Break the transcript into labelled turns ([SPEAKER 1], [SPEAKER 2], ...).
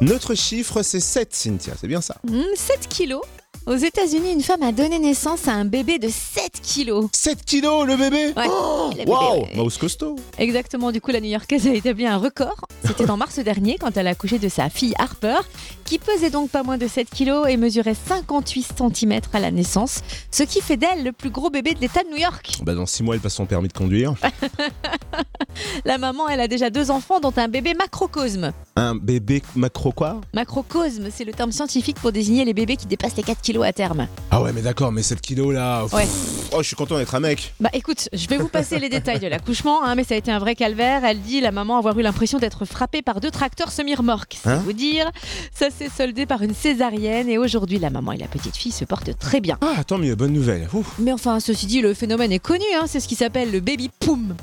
[SPEAKER 1] Notre chiffre, c'est 7, Cynthia, c'est bien ça.
[SPEAKER 2] Hmm, 7 kilos. Aux États-Unis, une femme a donné naissance à un bébé de 7 kilos.
[SPEAKER 1] 7 kilos, le bébé
[SPEAKER 2] Ouais,
[SPEAKER 1] Oh,
[SPEAKER 2] le bébé,
[SPEAKER 1] Waouh
[SPEAKER 2] ouais.
[SPEAKER 1] Mouse costaud
[SPEAKER 2] Exactement, du coup, la New-Yorkaise a établi un record. C'était en mars dernier quand elle a accouché de sa fille Harper, qui pesait donc pas moins de 7 kilos et mesurait 58 cm à la naissance, ce qui fait d'elle le plus gros bébé de l'État de New York.
[SPEAKER 1] Bah, Dans 6 mois, elle passe son permis de conduire.
[SPEAKER 2] La maman, elle a déjà deux enfants, dont un bébé macrocosme.
[SPEAKER 1] Un bébé macro quoi
[SPEAKER 2] Macrocosme, c'est le terme scientifique pour désigner les bébés qui dépassent les 4 kilos à terme.
[SPEAKER 1] Ah ouais, mais d'accord, mais 7 kilos là. pff,
[SPEAKER 2] Ouais.
[SPEAKER 1] Oh, je suis content d'être un mec.
[SPEAKER 2] Bah écoute, je vais vous passer les détails de l'accouchement, hein, mais ça a été un vrai calvaire. Elle dit, la maman, avoir eu l'impression d'être frappée par deux tracteurs semi-remorques. C'est
[SPEAKER 1] Hein
[SPEAKER 2] vous dire. Ça s'est soldé par une césarienne et aujourd'hui, la maman et la petite fille se portent très bien.
[SPEAKER 1] Ah, tant mieux, bonne nouvelle. Ouf.
[SPEAKER 2] Mais enfin, ceci dit, le phénomène est connu, hein, c'est ce qui s'appelle le baby poum.